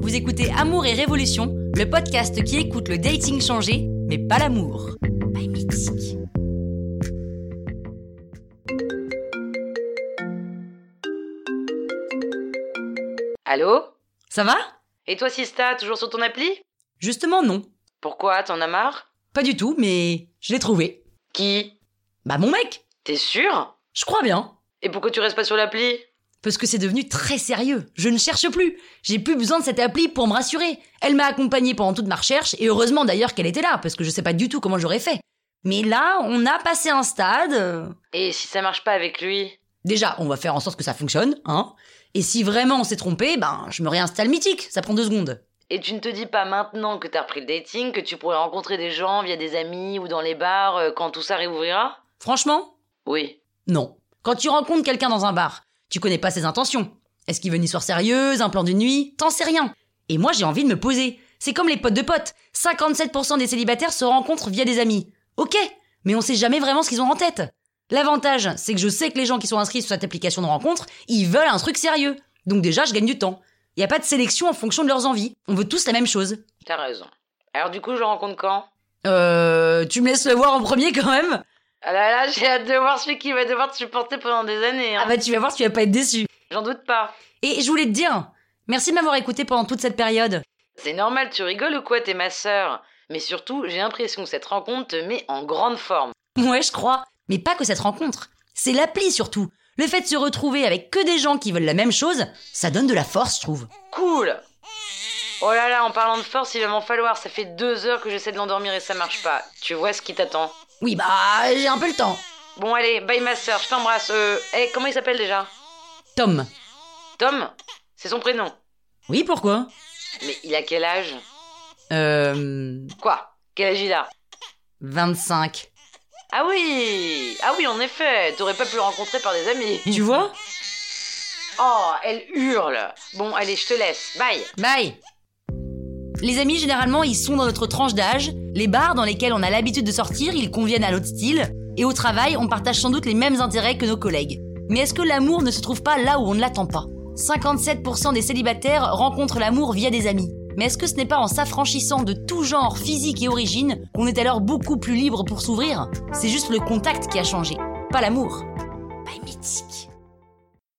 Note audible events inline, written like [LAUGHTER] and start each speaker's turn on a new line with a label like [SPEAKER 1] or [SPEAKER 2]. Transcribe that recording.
[SPEAKER 1] Vous écoutez Amour et Révolution, le podcast qui écoute le dating changé, mais pas l'amour. By Mythique.
[SPEAKER 2] Allô
[SPEAKER 1] Ça va
[SPEAKER 2] Et toi, Sista, toujours sur ton appli
[SPEAKER 1] Justement, non.
[SPEAKER 2] Pourquoi T'en as marre
[SPEAKER 1] Pas du tout, mais je l'ai trouvé.
[SPEAKER 2] Qui
[SPEAKER 1] Bah, mon mec
[SPEAKER 2] T'es sûr
[SPEAKER 1] Je crois bien.
[SPEAKER 2] Et pourquoi tu restes pas sur l'appli
[SPEAKER 1] Parce que c'est devenu très sérieux. Je ne cherche plus. J'ai plus besoin de cette appli pour me rassurer. Elle m'a accompagnée pendant toute ma recherche, et heureusement d'ailleurs qu'elle était là, parce que je sais pas du tout comment j'aurais fait. Mais là, on a passé un stade. euh,
[SPEAKER 2] Et si ça marche pas avec lui
[SPEAKER 1] Déjà, on va faire en sorte que ça fonctionne, hein. Et si vraiment on s'est trompé, ben, je me réinstalle mythique. Ça prend deux secondes.
[SPEAKER 2] Et tu ne te dis pas maintenant que t'as repris le dating que tu pourrais rencontrer des gens via des amis ou dans les bars euh, quand tout ça réouvrira
[SPEAKER 1] Franchement,
[SPEAKER 2] Oui.
[SPEAKER 1] non. Quand tu rencontres quelqu'un dans un bar, tu connais pas ses intentions. Est-ce qu'il veut une histoire sérieuse, un plan de nuit T'en sais rien. Et moi, j'ai envie de me poser. C'est comme les potes de potes. 57% des célibataires se rencontrent via des amis. Ok, mais on sait jamais vraiment ce qu'ils ont en tête. L'avantage, c'est que je sais que les gens qui sont inscrits sur cette application de rencontre, ils veulent un truc sérieux. Donc déjà, je gagne du temps. Il n'y a pas de sélection en fonction de leurs envies. On veut tous la même chose.
[SPEAKER 2] T'as raison. Alors du coup, je le rencontre quand
[SPEAKER 1] Euh, tu me laisses le voir en premier quand même
[SPEAKER 2] Ah là là, [LAUGHS] j'ai hâte de voir celui qui va devoir te supporter pendant des années. hein.
[SPEAKER 1] Ah bah tu vas voir, tu vas pas être déçu.
[SPEAKER 2] J'en doute pas.
[SPEAKER 1] Et je voulais te dire, merci de m'avoir écouté pendant toute cette période.
[SPEAKER 2] C'est normal, tu rigoles ou quoi, t'es ma sœur Mais surtout, j'ai l'impression que cette rencontre te met en grande forme.
[SPEAKER 1] Ouais, je crois. Mais pas que cette rencontre. C'est l'appli surtout. Le fait de se retrouver avec que des gens qui veulent la même chose, ça donne de la force, je trouve.
[SPEAKER 2] Cool Oh là là, en parlant de force, il va m'en falloir. Ça fait deux heures que j'essaie de l'endormir et ça marche pas. Tu vois ce qui t'attend.
[SPEAKER 1] Oui, bah, j'ai un peu le temps.
[SPEAKER 2] Bon, allez, bye ma sœur, je t'embrasse. Euh, hey, comment il s'appelle déjà
[SPEAKER 1] Tom.
[SPEAKER 2] Tom C'est son prénom.
[SPEAKER 1] Oui, pourquoi
[SPEAKER 2] Mais il a quel âge
[SPEAKER 1] Euh...
[SPEAKER 2] Quoi Quel âge il a
[SPEAKER 1] 25.
[SPEAKER 2] Ah oui Ah oui, en effet, t'aurais pas pu le rencontrer par des amis.
[SPEAKER 1] Tu vois
[SPEAKER 2] Oh, elle hurle Bon, allez, je te laisse. Bye
[SPEAKER 1] Bye Les amis, généralement, ils sont dans notre tranche d'âge. Les bars dans lesquels on a l'habitude de sortir, ils conviennent à notre style. Et au travail, on partage sans doute les mêmes intérêts que nos collègues. Mais est-ce que l'amour ne se trouve pas là où on ne l'attend pas 57% des célibataires rencontrent l'amour via des amis. Mais est-ce que ce n'est pas en s'affranchissant de tout genre, physique et origine, qu'on est alors beaucoup plus libre pour s'ouvrir C'est juste le contact qui a changé, pas l'amour. Pas mythique.